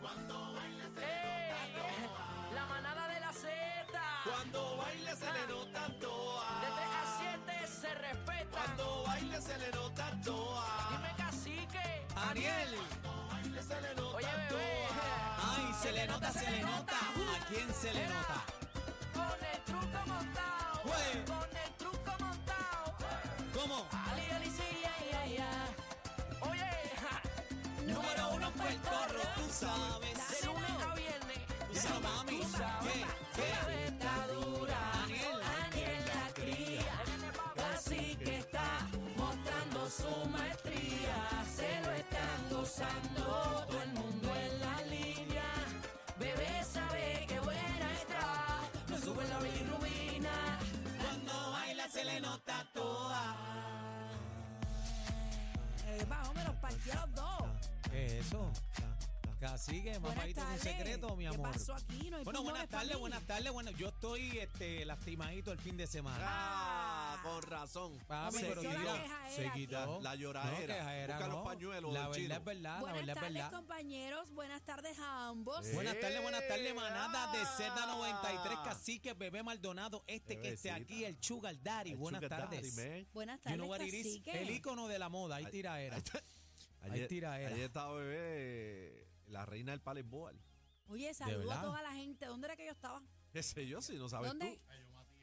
Cuando baila se le ¡Ey! nota toa. La manada de la Z. De Cuando baila se le nota toa. 3 a 7 se respeta. Cuando baila se le nota toa. Dime cacique. Aniel. Cuando baila se le nota Oye, bebé. toa. Ay, se le nota, se le nota. ¿A quién se le Mira, nota? Con el truco montado. Güey. Con el truco montado. ¿Cómo? Ali, Ali, sí, ay, ay, ay. Oye, ja. Número uno en Puerto Rico, tú De sabes. lunes a viernes. Tú sabes, mami. ¿Qué? ¿Qué? Aniel está dura, Aniel. Aniel la cría, casi que está mostrando su maestría, se lo están gozando todo el mundo en la línea, bebé sabe que buena está, no sube la bilirrubina. Cuando baila se le nota toda. Eh, más o menos partí a los dos. ¿Qué es eso? Cacique, Buenas mamadito es un tardes. secreto, mi ¿Qué amor. pasó aquí? No hay Bueno, piñones buenas pa' tardes, mí. buenas tardes. Bueno, yo estoy este, lastimadito el fin de semana. Ah, con razón. Papi, Comenzó pero la mira, quejaera se quitó. aquí. La lloradera. No, quejaera, Busca los no. pañuelos, La los verdad chinos. es verdad, la Buenas verdad es tardes, verdad. compañeros. Buenas tardes a ambos. Sí. Buenas tardes, buenas tardes, manada de Z93, Ah. Cacique, Bebé Maldonado, este que esté Bebecita. aquí, el Sugar Daddy. El buenas sugar tardes. daddy, man. Buenas You tardes, know what it is? cacique. El ícono de la moda, ahí Ay, tira era. ahí está. Ahí tira eh. era. Ahí estaba bebé, la reina del paletbol. Oye, saludo verdad? a toda la gente. ¿Dónde era que yo estaba? ¿Qué sé yo si no sabes ¿Dónde? tú?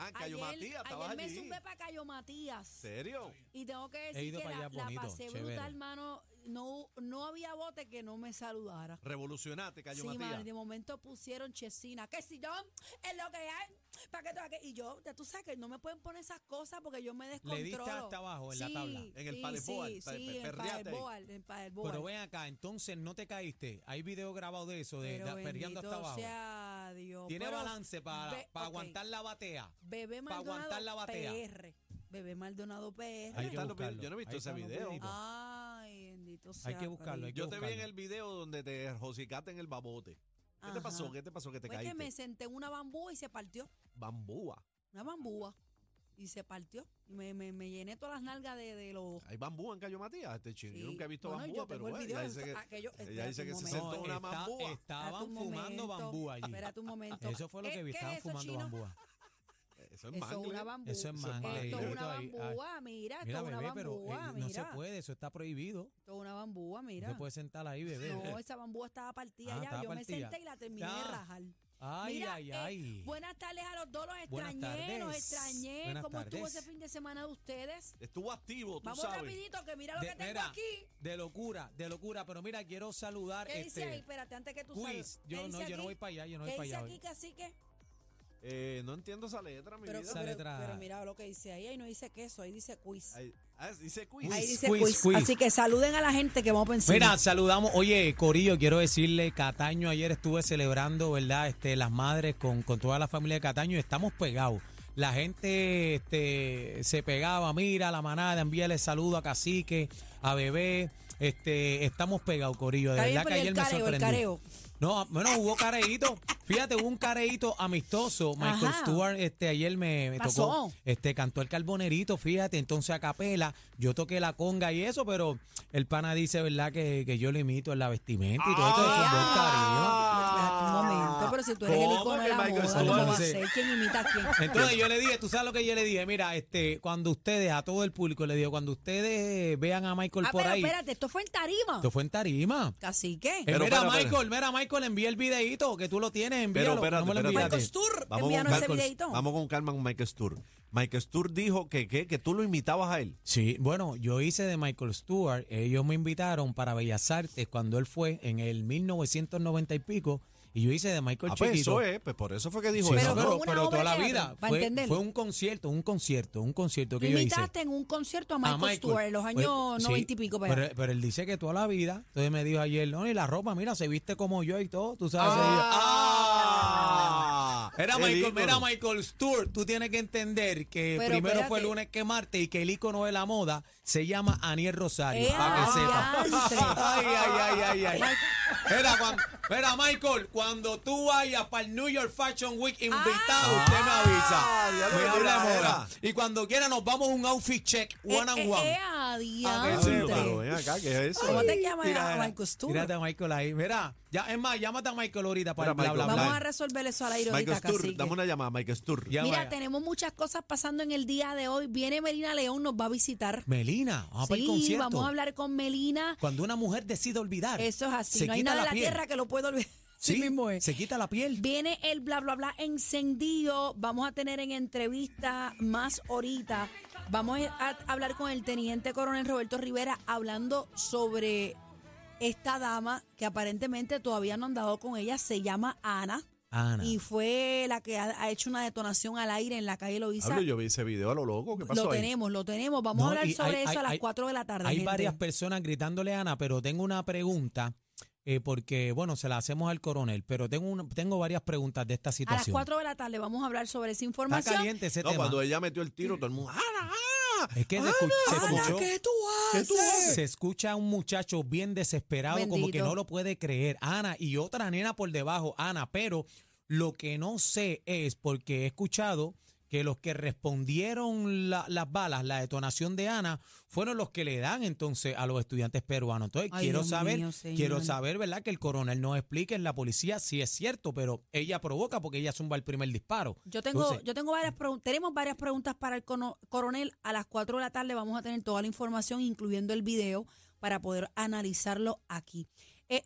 Ah, en Cayo Matías, estabas ayer me allí. sube para Cayo Matías. ¿En serio? Y tengo que decir ido que para la, allá, la bonito, pasé chévere. brutal, hermano. No, no había bote que no me saludara. Revolucionaste, Cayo sí, Matías. mano, y de momento pusieron Chesina. Que si yo es lo que hay, para que tú que- Y yo, ya tú sabes que no me pueden poner esas cosas porque yo me descontrolo. Le diste hasta abajo en la tabla. En el padelboard, Sí, pa- sí, pa- en perreate ahí. padelboard, en padelboard. Pero ven acá, entonces no te caíste. Hay video grabado de eso, de Pero da- perreando bendito hasta abajo. sea Dios. Tiene Pero balance para, ve- para ok. aguantar la batea. Bebé para Maldonado aguantar la batea. PR. Bebé Maldonado PR. Hay Ahí que están los videos. buscarlo, Yo no he ahí visto ese están los video. Ah, videitos. Ay, bendito sea. que buscarlo, hay que Yo te vi en buscarlo. el video donde te josicaste en el babote. ¿Qué te Ajá. pasó? ¿Qué te pasó que te Fue caíste? que me senté en una bambúa y se partió. Bambúa. Una bambúa. Y se partió. Y me, me, me llené todas las nalgas de, de los. Hay bambúa en Cayo Matías. Este chino. Sí. Yo nunca he visto Bueno, bambúa, yo tengo pero bueno. el Ella video, dice que, aquello- ella espérate dice un que se momento. sentó en una está- bambúa. Espérate estaban un fumando momento, bambú allí. Espérate un momento. Eso fue lo ¿Qué- que vi, qué es estaban eso, fumando chino? bambúa. Eso es Eso es mangle. una bambúa. Eso es mangle, yo Esto es estoy una ahí, eh, ay. bambúa, mira. Esto Mira, es una bebé, pero eh, bambúa, no se mira. puede, eso está prohibido. Esto es una bambúa, mira. No te puedes sentar ahí, bebé. No, esa bambúa estaba partida Ah, ya. estaba Yo me partida. senté y la terminé de Ah. rajar. Ay, Mira, ay, eh, ay. buenas tardes a los dos, los Buenas extrañé, los tardes. extrañé. Buenas ¿Cómo estuvo tardes. ese fin de semana de ustedes? Estuvo activo, tú Vamos sabes. rapidito, que mira lo De- que tengo mira, aquí. de locura, de locura. Pero mira, quiero saludar. ¿Qué dice este, ahí? Espérate, antes que tú quiz. salgas. ¿Qué Yo dice no, yo no aquí? voy para allá, yo no voy ¿Qué para dice allá. aquí, hoy. cacique? Eh, no entiendo esa letra, mi Pero, vida. Esa pero- letra- pero mira lo que dice ahí. Ahí no dice queso, ahí dice quiz. Ahí- ah, dice quiz. Quiz, Ahí dice quiz, quiz, quiz. Así que saluden a la gente que vamos a pensar. Mira, saludamos. Oye, Corillo, quiero decirle, Cataño, ayer estuve celebrando, ¿verdad? Este, las madres con, con toda la familia de Cataño y estamos pegados. La gente este, se pegaba, mira, la manada, envíale saludo a Cacique, a Bebé. Este, estamos pegados, Corillo. De Está bien, verdad que pero ¿y ayer el me careo, el sorprendí. careo? No, bueno, hubo careíto. Fíjate, hubo un careíto amistoso. Michael Ajá. Stewart, este, ayer me, me Pasó. tocó. Este, cantó el carbonerito, fíjate. Entonces a capela, yo toqué la conga y eso, pero el pana dice, ¿verdad? Que, que yo lo imito en la vestimenta y todo eso. Eso es buen Ah. careo. Espérate un momento, pero si tú eres el ¿Cómo icono que de la Michael moda, Stewart? ¿cómo va a Sí. ser? ¿Quién imita a quién? Entonces yo le dije, tú sabes lo que yo le dije, mira, este, cuando ustedes, a todo el público, le digo, cuando ustedes eh, vean a Michael Ah, por pero ahí, espérate, esto fue en tarima. esto fue en tarima. Cacique. Eh, Pero, mira, pero, pero. Michael, mira, Michael, envía el videito que tú lo tienes, envíalo. espérate, no me lo espérate. envías. Michael espérate. Stur, con envíanos ese calma- videito. vamos con calma con Mike Stur. Mike Stur dijo que, que, que tú lo imitabas a él. Sí, bueno, yo hice de Michael Stewart. Ellos me invitaron para Bellas Artes cuando él fue en el 1990 y pico. Y yo hice de Michael Ah, pues Chiquito. eso es, pues por eso fue que dijo Sí, Pero eso. no, fue pero, una pero obra toda la de vida. teatro, pa' Fue, entenderlo. fue un concierto, un concierto, un concierto que yo hice. Imitaste en un concierto a A Michael Stewart en los Pues, años sí, noventa y pico. para allá. Pero, pero él dice que toda la vida. Entonces me dijo ayer, no, y la ropa, mira, se viste como yo y todo. Tú sabes. se viste- ¡Ah! Era El Michael, ícono. era Michael Stewart. Tú tienes que entender que Pero primero fue espérate. lunes que martes y que el ícono de la moda se llama Aniel Rosario. ¡Eh, para que adiante! sepa. Ay, ay, ay, ay, ay. Era, cuan- era, Michael, cuando tú vayas para el New York Fashion Week invitado, usted me Ah, ya avisa. lo Me que habla de era, moda. Y cuando quiera nos vamos a un outfit check, one Eh, and eh, one. eh, adiante. Ah, que sepa, pero ven acá, ¿qué es eso? ¿Cómo te llamas? Tira- A Michael Stewart. Tírate a Michael ahí. Mira, ya, es más, llámate a Michael ahorita para el Mira, bla, bla, Michael, bla. Vamos a resolver eso al aire Michael ahorita, Stur, cacique. dame una llamada, Michael Stur. Ya Mira, vaya. tenemos muchas cosas pasando en el día de hoy. Viene Melina León, nos va a visitar. Melina, vamos para el sí, concierto. vamos a hablar con Melina. Cuando una mujer decide olvidar, Eso es así. se no hay quita nada en la la piel. tierra que lo pueda olvidar. Sí, sí, mismo es. se quita la piel. Viene el bla bla bla encendido. Vamos a tener en entrevista más ahorita. Vamos a hablar con el teniente coronel Roberto Rivera hablando sobre esta dama que aparentemente todavía no han dado con ella. Se llama Ana Ana. y fue la que ha, ha hecho una detonación al aire en la calle Loiza. Hablo, yo vi ese video a lo loco, ¿qué pasó Lo ahí? tenemos, lo tenemos. Vamos No, a hablar y sobre hay- eso hay- a las hay- 4 de la tarde. Hay gente. varias personas gritándole Ana, pero tengo una pregunta, eh, porque, bueno, se la hacemos al coronel, pero tengo, una- tengo varias preguntas de esta A las situación. 4 de la tarde vamos a hablar sobre esa Está información. caliente ese No, tema. cuando ella metió el tiro, todo el mundo, "Ah, ¡Ana, Ana! Es que se Ana, escuch- se Ana, escuchó- ¿qué tú ¿Qué tú haces? Se escucha a un muchacho bien desesperado, como que Bendito. no lo puede creer. Ana y otra nena por debajo, Ana, pero lo que no sé es, porque he escuchado que los que respondieron la- las balas, la detonación de Ana, fueron los que le dan entonces a los estudiantes peruanos. Entonces, Ay, quiero Dios saber, mío, quiero señor. saber, ¿verdad? Que el coronel nos explique en la policía si es cierto, pero ella provoca porque ella zumba el primer disparo. Yo tengo, Entonces- yo tengo varias preguntas. Tenemos varias preguntas para el cono- coronel. A las 4 de la tarde vamos a tener toda la información, incluyendo el video, para poder analizarlo aquí.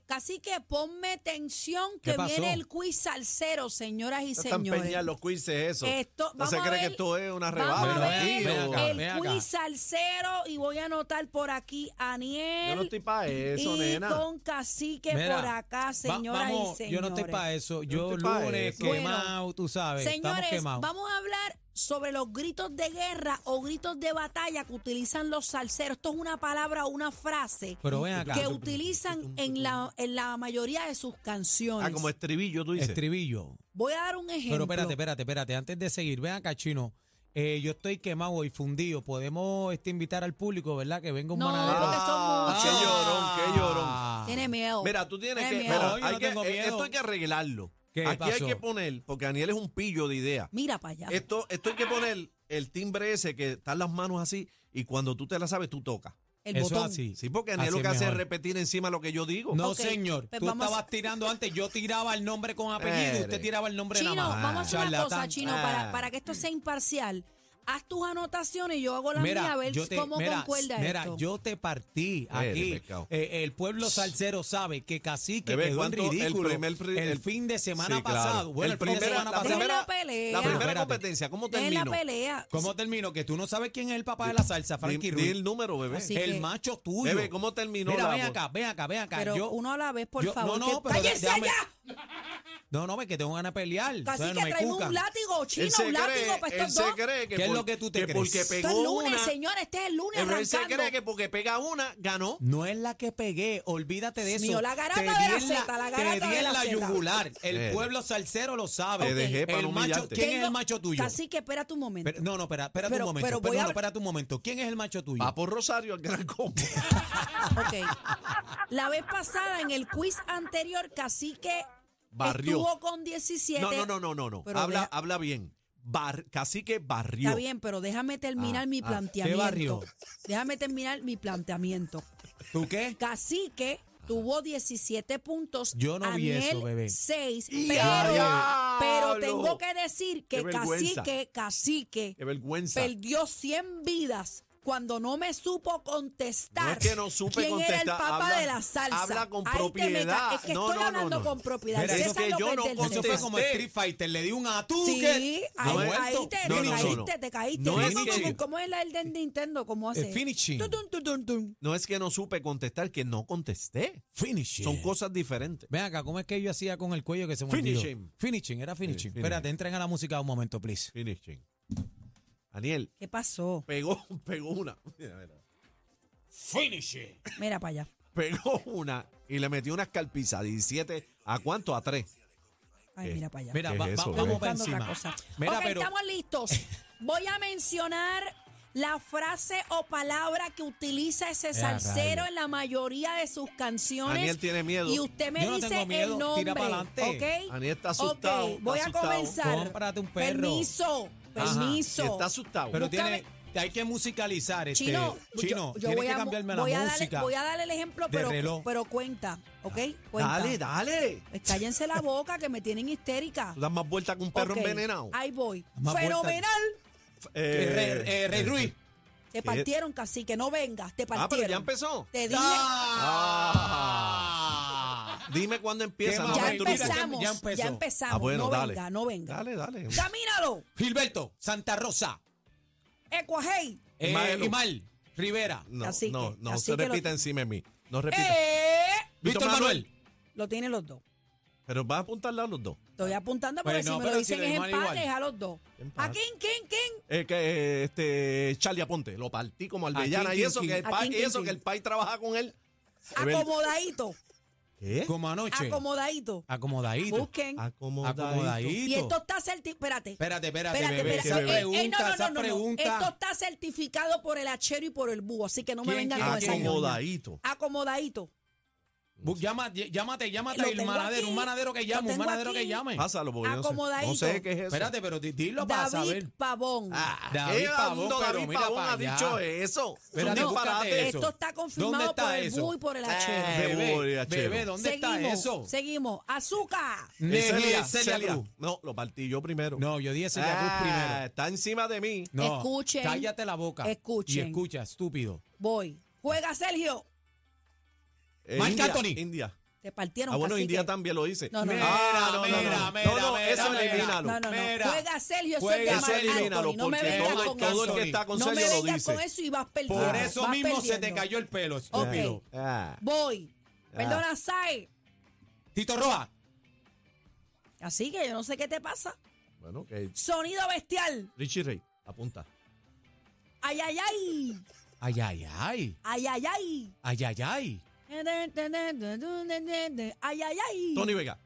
Casi que ponme tensión ¿Qué que pasó? viene el quiz salsero, señoras y No están peñas señores. los quizzes eso. Esto- no se vamos a cree que ver- esto es una Vamos rebaja. a Pero ver ven, ven acá, el ven acá. quiz salsero y voy a anotar por aquí a Aniel Yo no estoy para eso, y nena. con Cacique Mira, por acá, Va- señoras vamos, y señores. yo no estoy para eso. Yo no Yo, estoy pa' lunes eso. quemado, tú sabes, estamos Señores, quemados. vamos a hablar sobre los gritos de guerra o gritos de batalla que utilizan los salseros. Esto es una palabra o una frase Pero ven acá. que utilizan en la, en la mayoría de sus canciones. Ah, como estribillo, tú dices. Estribillo. Voy a dar un Pero ejemplo. espérate, espérate, espérate. Antes de seguir, ven acá, Chino. Eh, yo estoy quemado y fundido. Podemos este, invitar al público, ¿verdad? Que venga un No, manadero. porque son Ah, muchos. qué llorón, qué llorón. Ah. Tiene miedo. Mira, tú tienes que. Tiene mira, miedo. No, yo hay no que- tengo eh, miedo. Esto hay que arreglarlo. ¿Qué Aquí hay pasó? que poner, porque Daniel es un pillo de idea. Mira para allá. Esto, esto hay que poner el timbre ese que están las manos así y cuando tú te la sabes, tú tocas. el Eso es botón. así. Sí, porque Daniel Así lo es que hace es mejor. repetir encima lo que yo digo. No, Ok, señor. pues tú vamos- estabas tirando antes. Yo tiraba el nombre con apellido. Eres. Usted tiraba el nombre Chino, nada más. vamos a hacer una cosa, Charlatán. Chino, Ah. para, para que esto sea imparcial. Haz tus anotaciones y yo hago la mía a ver yo te- cómo mira, concuerda mira, esto. yo te partí Eres aquí. pescado. Eh, el pueblo salsero sabe que Cacique Bebé, quedó en ¿cuánto? El ridículo primer pri- el el- fin de semana Sí, claro. pasado. Bueno, el, El fin de primera- semana la pasado. Dejen primera- la pelea. La primera Espérate. competencia, ¿cómo Dejen la termino? pelea. ¿Cómo terminó? Que tú no sabes quién es el papá de la salsa, Di, Frankie di Ruiz. el número, bebé. Así El que- macho tuyo. Bebé, ¿cómo terminó Mira, la ven voz? acá, ven acá, ven acá. Pero yo, uno a la vez, por yo- no, favor. no, que- pero ¡Cállense déjame- ya! no, no, ve que tengo ganas de pelear. Casi entonces que no me traemos cucan. un látigo Él chino, se un látigo cree, para él estos se dos. cree que, ¿Qué es por- lo que tú te crees? porque Esto es pegó lunes, una, señor, este es el lunes él se arrancando. cree que porque pega una, ganó. No es la que pegué, olvídate de Dios eso. mío, la garata Te de di la en zeta, la garata te di de en la zeta. yugular. El Eres. pueblo salsero lo sabe. Eh. Te dejé para el no macho, humillarte. ¿Quién es Tengo- el macho tuyo? Casi que espérate un momento. Pero- no, no, espera, espera Pero- un momento. pero espera, voy a no, hablar- espérate un momento. ¿Quién es el macho tuyo? Va por Rosario al gran combo. Ah, Ok. La vez pasada, en el quiz anterior, Cacique Barrió. estuvo con 17. No, no, no, no, no. no. Pero Habla, deja- habla bien. Bar, cacique barrió. Está bien, pero déjame terminar Ah, mi ah. planteamiento. ¿Qué barrio? Déjame terminar mi planteamiento. ¿Tú qué? Cacique tuvo 17 puntos. Yo no vi Aniel, eso, bebé. 6. ¡Y Pero, a pero diablo! tengo que decir que ¡Qué vergüenza! Cacique, Cacique, Qué vergüenza. perdió 100 vidas cuando no me supo contestar. No es que no supe quién era el contestar, papá habla- de la salsa. habla con Ahí te me ca- propiedad. Es que No, no, estoy no, hablando no. con propiedad. Mira, eso César que yo López no del contesto. Eso César. fue como Contesté. Street Fighter. Le di un atún. Sí, ahí, No, ahí esto- te, no, te no, no, caíste, no. te caíste. No es ¿Cómo, que- cómo, cómo es la del de Nintendo? ¿Cómo hace? El finishing. Tun, tun, tun, tun, tun. No es que no supe contestar, que no contesté. Finishing. Son cosas diferentes. Ven acá, ¿cómo es que yo hacía con el cuello que se mordió? Finishing. Finishing, era finishing. finishing. Espérate, entren a la música un momento, please. Finishing. Daniel, ¿Qué pasó? pegó, pegó una. Mira, mira. Mira para allá. Pegó una y le metió una escalpiza. 17. ¿A cuánto? A 3. Ay, Eh, mira para allá. Mira, ¿Qué es va- va- eso, eh? vamos bebé? para buscando encima. otra cosa. Mira, Ok, pero estamos listos. Voy a mencionar la frase o palabra que utiliza ese Ya, salsero rayos. en la mayoría de sus canciones. Daniel tiene miedo. Y usted me Yo no dice tengo miedo, el tira nombre. pa'lante. ¿ok? Daniel está Ok, asustado, está voy a asustado. comenzar. Cómprate un perro. Permiso, Ajá. permiso. Está asustado. Pero Búscame- tiene- hay que musicalizar. Este, Chino, yo- Chino, yo, tienes voy que a, cambiarme voy la a música. Darle, voy a darle el ejemplo, de pero, reloj. Ah, pero cuenta, ¿ok? Cuenta. Dale, dale. Pues Cállense la boca que me tienen histérica. Tú das más vuelta que un perro Ok, Ah, envenenado. Ahí voy. Más vuelta. Fenomenal. Eh, Rey- eh, Rey Ruiz. Te partieron, casi que no vengas, te partieron. Ah, pero ya empezó. Te dije, Ah. Dime cuándo empieza. ¿Qué no más? ya me turiste. empezamos, ya ya, empezó. empezamos. Ah, bueno, no dale. venga, no venga. Dale, dale. ¡Camínalo! Gilberto, Santa Rosa, ¡Ecuajei! eh, Maelo. Imal, Rivera, No, Así que- no, no, se así que lo- repita encima de mí. No repita. ¡Eh! Víctor Manuel. Lo tienen los dos. Pero vas a apuntarle a los dos. Estoy apuntando porque Pues no, si me pero lo si dicen lo es llaman igual. empate, es a los dos. Empate. ¿A quién, quién, quién? Eh, que eh, este Charlie Aponte, lo partí como ¿A albellana. Y quién, quién, eso que quién? el ¿A pai, quién, y quién, eso que quién? el pai trabaja con él. Acomodadito, ¿Eh? ¿Qué? como anoche. acomodadito. Acomodadito. Busquen. Acomodadito. Acomodadito. Y esto está certificado. Espérate, espérate, Espérate, bebé. espérate. Esa Eh, eh, eh, pregunta, no, no, esa no, no, no. pregunta. Esto está certificado por el hachero y por el búho, así que no me ¿Quién, vengan quién, con esa quién? ñoña. Acomodadito. Acomodadito. Bu- llama- ll- llámate, llámate Lo el tengo manadero, aquí. un manadero que Lo llame, un tengo manadero aquí. que llame. Pásalo, porque yo no sé- Acomodadito. No sé qué es eso. Espérate, pero di- dilo para David saber. Pavón. Ah, David David Pavón, Pavón, pero David mira Pavón para ha allá. dicho eso. Es un Espérate, búscate disparate. eso. Esto está confirmado ¿Dónde está por el eso? búho y por el Eh, hachero. Bebé, Bebé, bebé, bebé, ¿dónde está seguimos, eso? seguimos. ¡Azúcar! Ese Neglia, es Celia Celia. Cruz. No, lo partí yo primero. No, yo dije Celia Ah, Cruz primero. Está encima de mí. No, Escuchen. cállate la boca. Escuchen. Y escucha, estúpido. Voy. Juega Sergio. Eh, Marc India, Anthony. India. Te partieron. Ah, bueno, cacique. India también lo dice. No, no, no. Ah, no, no, no. Mira, mira, No, no, mira, eso mira. elimínalo. No, no, no. Mira. Juega Sergio, eso Juega es de Eso Marc Marc elimínalo, Anthony. No me porque vengas todo, con todo el eso. que está con no me Sergio lo vengas dice. con eso y vas perdiendo. Por eso vas mismo se te perdiendo. cayó el pelo, Ah, estúpido. Ok. ah. Voy. Ah. Perdona, Sai. Tito Roa. Así que yo no sé qué te pasa. Bueno, que Sonido bestial. Richie Rey, apunta. Ay, ay, ay. Ay, ay, ay. Ay, ay, ay. Ay, ay, ay. Ay, ay, ay. Tony Vega,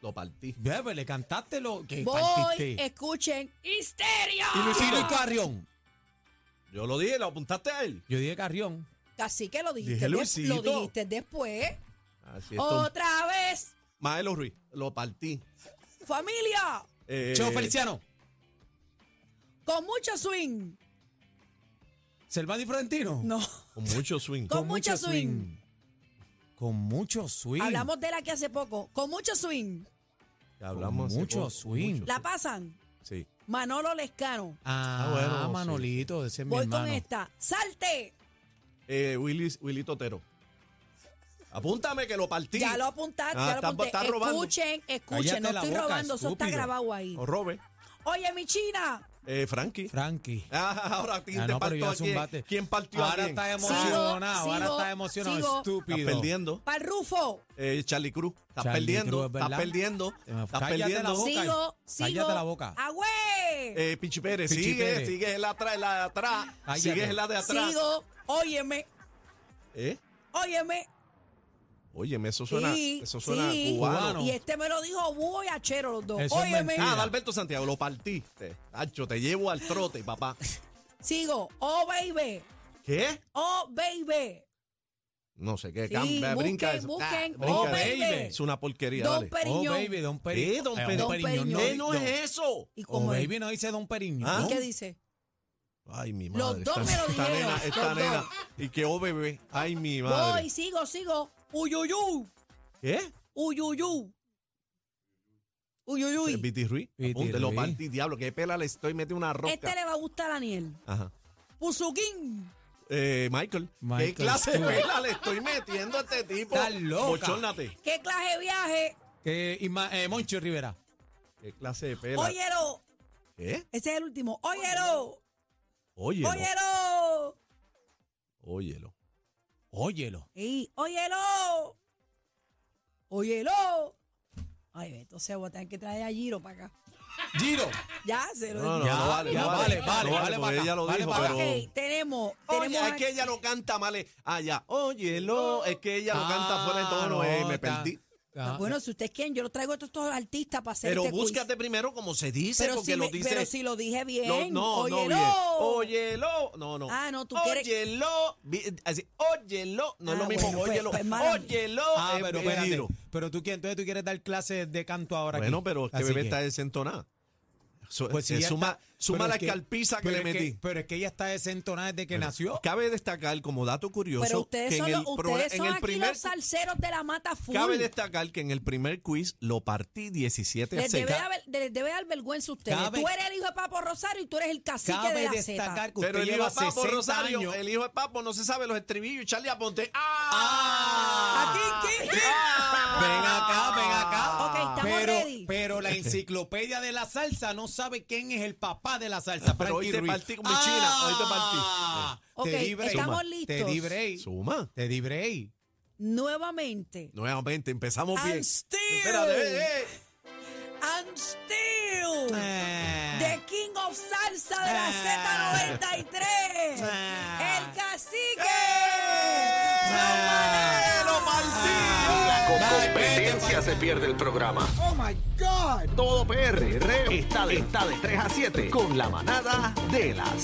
lo partí. Bebe, le cantaste lo que Voy, partiste. escuchen. ¡Histerio! Y Luisito y Carrión. Yo lo dije, lo apuntaste a él. Yo dije Carrión. Así que lo dijiste, Dije des- Luisito. lo dijiste después. Así es. Tom- Otra vez. Maelo Ruiz, lo partí. Familia. Eh, Cheo Feliciano. Con mucho swing. Selvani Florentino. No. Con mucho swing. Con mucho swing. Con mucho swing. Hablamos de la que hace poco. Con mucho swing. Que hablamos hace mucho poco, swing. mucho La pasan. Sí. Manolo Lescano. Ah, Ah, bueno, bueno, sí. Manolito, ese es mi Voy hermano. con este. esta. ¡Salte! Eh, Willy, Willy Totero. Apúntame que lo partí. Ya lo apuntaste, Ah, ya lo está- apunté. está robando. Escuchen, Cállate escuchen, no la estoy boca, robando, eso está estúpido. grabado ahí. O Robert. Oye, mi China, Eh, Frankie. Frankie. Ah, ahora a ti Ah, te no, pero partió ya a quién. zumbaste. ¿Quién partió ahora a quién? estás Sigo, emocionado, ahora sigo, estás emocionado, sigo. Estás estúpido. perdiendo. para Rufo, Eh, Charlie Cruz. Estás Charlie perdiendo. Cruz, es estás verdad. perdiendo. Te me- Estás cállate la perdiendo. boca. sigo, cállate sigo. la boca. ¡Agüey! Eh, Pichi Pérez, Pichi sigue, Pérez. sigue la atrás, la de atrás, Cállate. sigue la de atrás. Sigo, óyeme, ¿Eh? óyeme. Óyeme, eso suena, Sí, eso suena sí. cubano. Cubano. Y este me lo dijo Búho y Achero los dos. Eso es óyeme, mentira. Ah, de Alberto Santiago, lo partiste. Hacho, te llevo al trote, papá. sigo, oh baby, ¿Qué? oh baby. No sé qué, Sí, cambia, busquen, brinca eso. busquen. brinca Oh, eso. baby. Es una porquería, Don dale. Pe- Oh, Periñón. baby, Don Periñón. Eh, Don Eh, Periñón. Periñón. ¿Qué no Don- es eso? ¿Y Oh, cómo es? baby, no dice Don Periñón. Ah. ¿Y qué dice? Ay, mi madre. Los dos me lo esta dijeron, nena, esta los nena. dos. Y que oh, bebé. Ay, mi madre. Voy, sigo, sigo. Uyuyú, ¿Qué? uyuyú. Eh, Uyuyuy. Viti Ruiz. Viti Apunte, lo Ruiz. partí, diablo. Qué pela le estoy metiendo una roca. Este le va a gustar a Daniel. Ajá. Puzuquín. Eh, Michael, Michael ¿qué clase de Stewart. vela le estoy metiendo a este tipo? Está loca. Bochórnate. ¿Qué clase de viaje? Que, y ma- eh, Moncho Rivera. ¿Qué clase de pela? Óyelo. ¿Qué? Ese es el último. Óyelo. Óyelo. Óyelo. Óyelo. Óyelo. Ey, óyelo. Óyelo. Ay, entonces voy a tener que traer a Giro para acá. Giro. Ya se lo No, no, dije. Ya, no vale, ya no vale, vale, no vale, porque para ella lo acá, dijo, vale, para pero... acá. Ok, tenemos. Oye, tenemos es que ella lo canta mal. eh. Ah, ya. Óyelo, es que ella lo canta fuera de tono. eh, me perdí. Ah, bueno, si usted es quien, yo lo traigo a todos estos artistas para hacer Pero este quiz. búscate primero como se dice, Pero, porque si lo me- dice. pero si lo dije bien. Lo- no, no, óyelo. bien. Óyelo. No, no. Ah, no, tú quieres- Óyelo. vi- Así, óyelo. No es Ah, lo mismo. bueno, pues, óyelo. pues, mala mía. óyelo. ah, eh, pero eh, espérate. giro. Pero tú, ¿quién? Entonces tú quieres dar clases de canto ahora aquí. Bueno, pero es que Así bebé está desentonada. Su- Pues si eh, ya suma- está- suma pero la es escalpiza que pero le es metí. pero es que ella está desentonada desde que nació. Cabe destacar como dato curioso Pero ustedes que son, en el, los, pro- ustedes en son el aquí primer los salseros de la mata full. cabe destacar que en el primer quiz lo partí 17 a les, debe 6. haber- les debe dar vergüenza a ustedes. Cabe- tú eres el hijo de Papo Rosario y tú eres el cacique de Cabe la destacar Z. que usted Pero el hijo lleva de Papo 60 Rosario, años. el hijo de Papo no se sabe los estribillos y Charlie Aponte. ¡Ah! Aquí, aquí, aquí. ¡Ah! Ven acá, ven acá. Ok, estamos pero, ready. pero la enciclopedia de la salsa no sabe quién es el papá de la salsa. Pero hoy Frankie te Ruiz. partí con mi china, hoy te partí. Ah, Ok, te di break. estamos Te di listos. break. Suma. Te di break. Nuevamente. Nuevamente, empezamos I'm bien. still- Espérate, eh, eh. And still. Ah. The King of Salsa de Eh. la Ah. Z93. Ah. El cacique. Ah. ¡Eh, lo partí! Con Dale, vete, competencia se pierde el programa. Oh my God. Todo PR está de, está de 3 a 7 con la manada de la Z.